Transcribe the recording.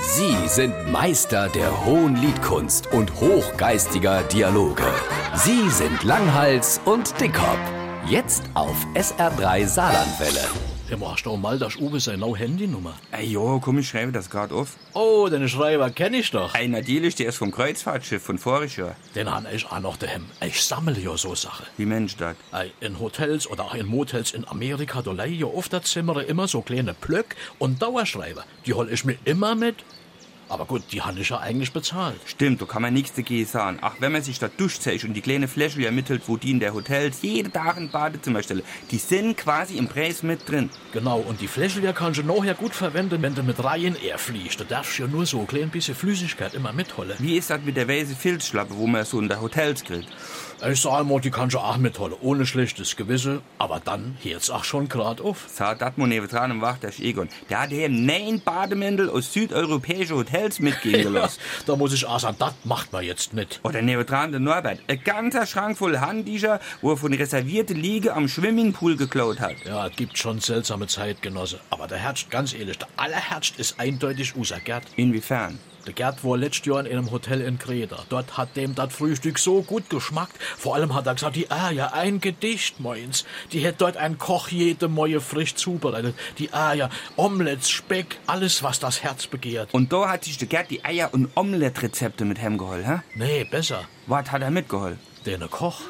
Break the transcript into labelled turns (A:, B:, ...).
A: Sie sind Meister der hohen Liedkunst und hochgeistiger Dialoge. Sie sind Langhals und Dickhop. Jetzt auf SR3 Saarlandwelle.
B: Ja, aber hast du auch mal das Uwe seine Handynummer?
C: Ey, jo, komm, ich schreibe das gerade auf.
B: Oh, den Schreiber kenne ich doch.
C: Ey, natürlich, der ist vom Kreuzfahrtschiff von voriges Jahr.
B: Den habe ich auch noch daheim. Ich sammle ja so Sachen.
C: Wie Mensch das?
B: Ey, In Hotels oder auch in Motels in Amerika, da leihe ich ja oft der Zimmer immer so kleine Plöck und Dauerschreiber. Die hol ich mir immer mit. Aber gut, die habe ich ja eigentlich bezahlt.
C: Stimmt, da kann man nichts dagegen sagen. Ach, wenn man sich da durchzählt und die kleine Fläche ermittelt, wo die in der Hotels jeden Tag ein Badezimmer stellen, die sind quasi im Preis mit drin.
B: Genau, und die Fläschel ja kannst du nachher gut verwenden, wenn du mit Ryanair fliegst. Da darfst du ja nur so ein klein bisschen Flüssigkeit immer mitholen.
C: Wie ist das mit der weißen Filzschlappe, wo man so in der Hotels kriegt?
B: Ich sag mal, die kannst du auch mitholen, ohne schlechtes Gewissen. Aber dann hört's auch schon grad auf.
C: Sah dat mo nebendran im Wachtisch Egon. Der hat hier neun Bademäntel aus südeuropäischen Hotels mitgehen
B: Ja,
C: lassen.
B: da muss ich auch sagen, das macht man jetzt nicht.
C: Oder nebendran der Norbert. Ein ganzer Schrank voll Handtücher, wo er von reservierte Liege am Swimmingpool geklaut hat.
B: Ja, es gibt schon seltsame Zeitgenossen. Aber der Herbst, ganz ehrlich, der allerherbst ist eindeutig unser Gerd.
C: Inwiefern?
B: Der Gerd war letztes Jahr in einem Hotel in Kreta. Dort hat dem das Frühstück so gut geschmackt. Vor allem hat er gesagt, die Eier, ein Gedicht, moins. Die hätte dort ein Koch jede Moje frisch zubereitet. Die Eier, Omelettes, Speck, alles, was das Herz begehrt.
C: Und da hat sich der Gerd die Eier- und Omelettrezepte mit hem geholt, hä?
B: Nee, besser,
C: Was hat er mitgeholt?
B: den Koch.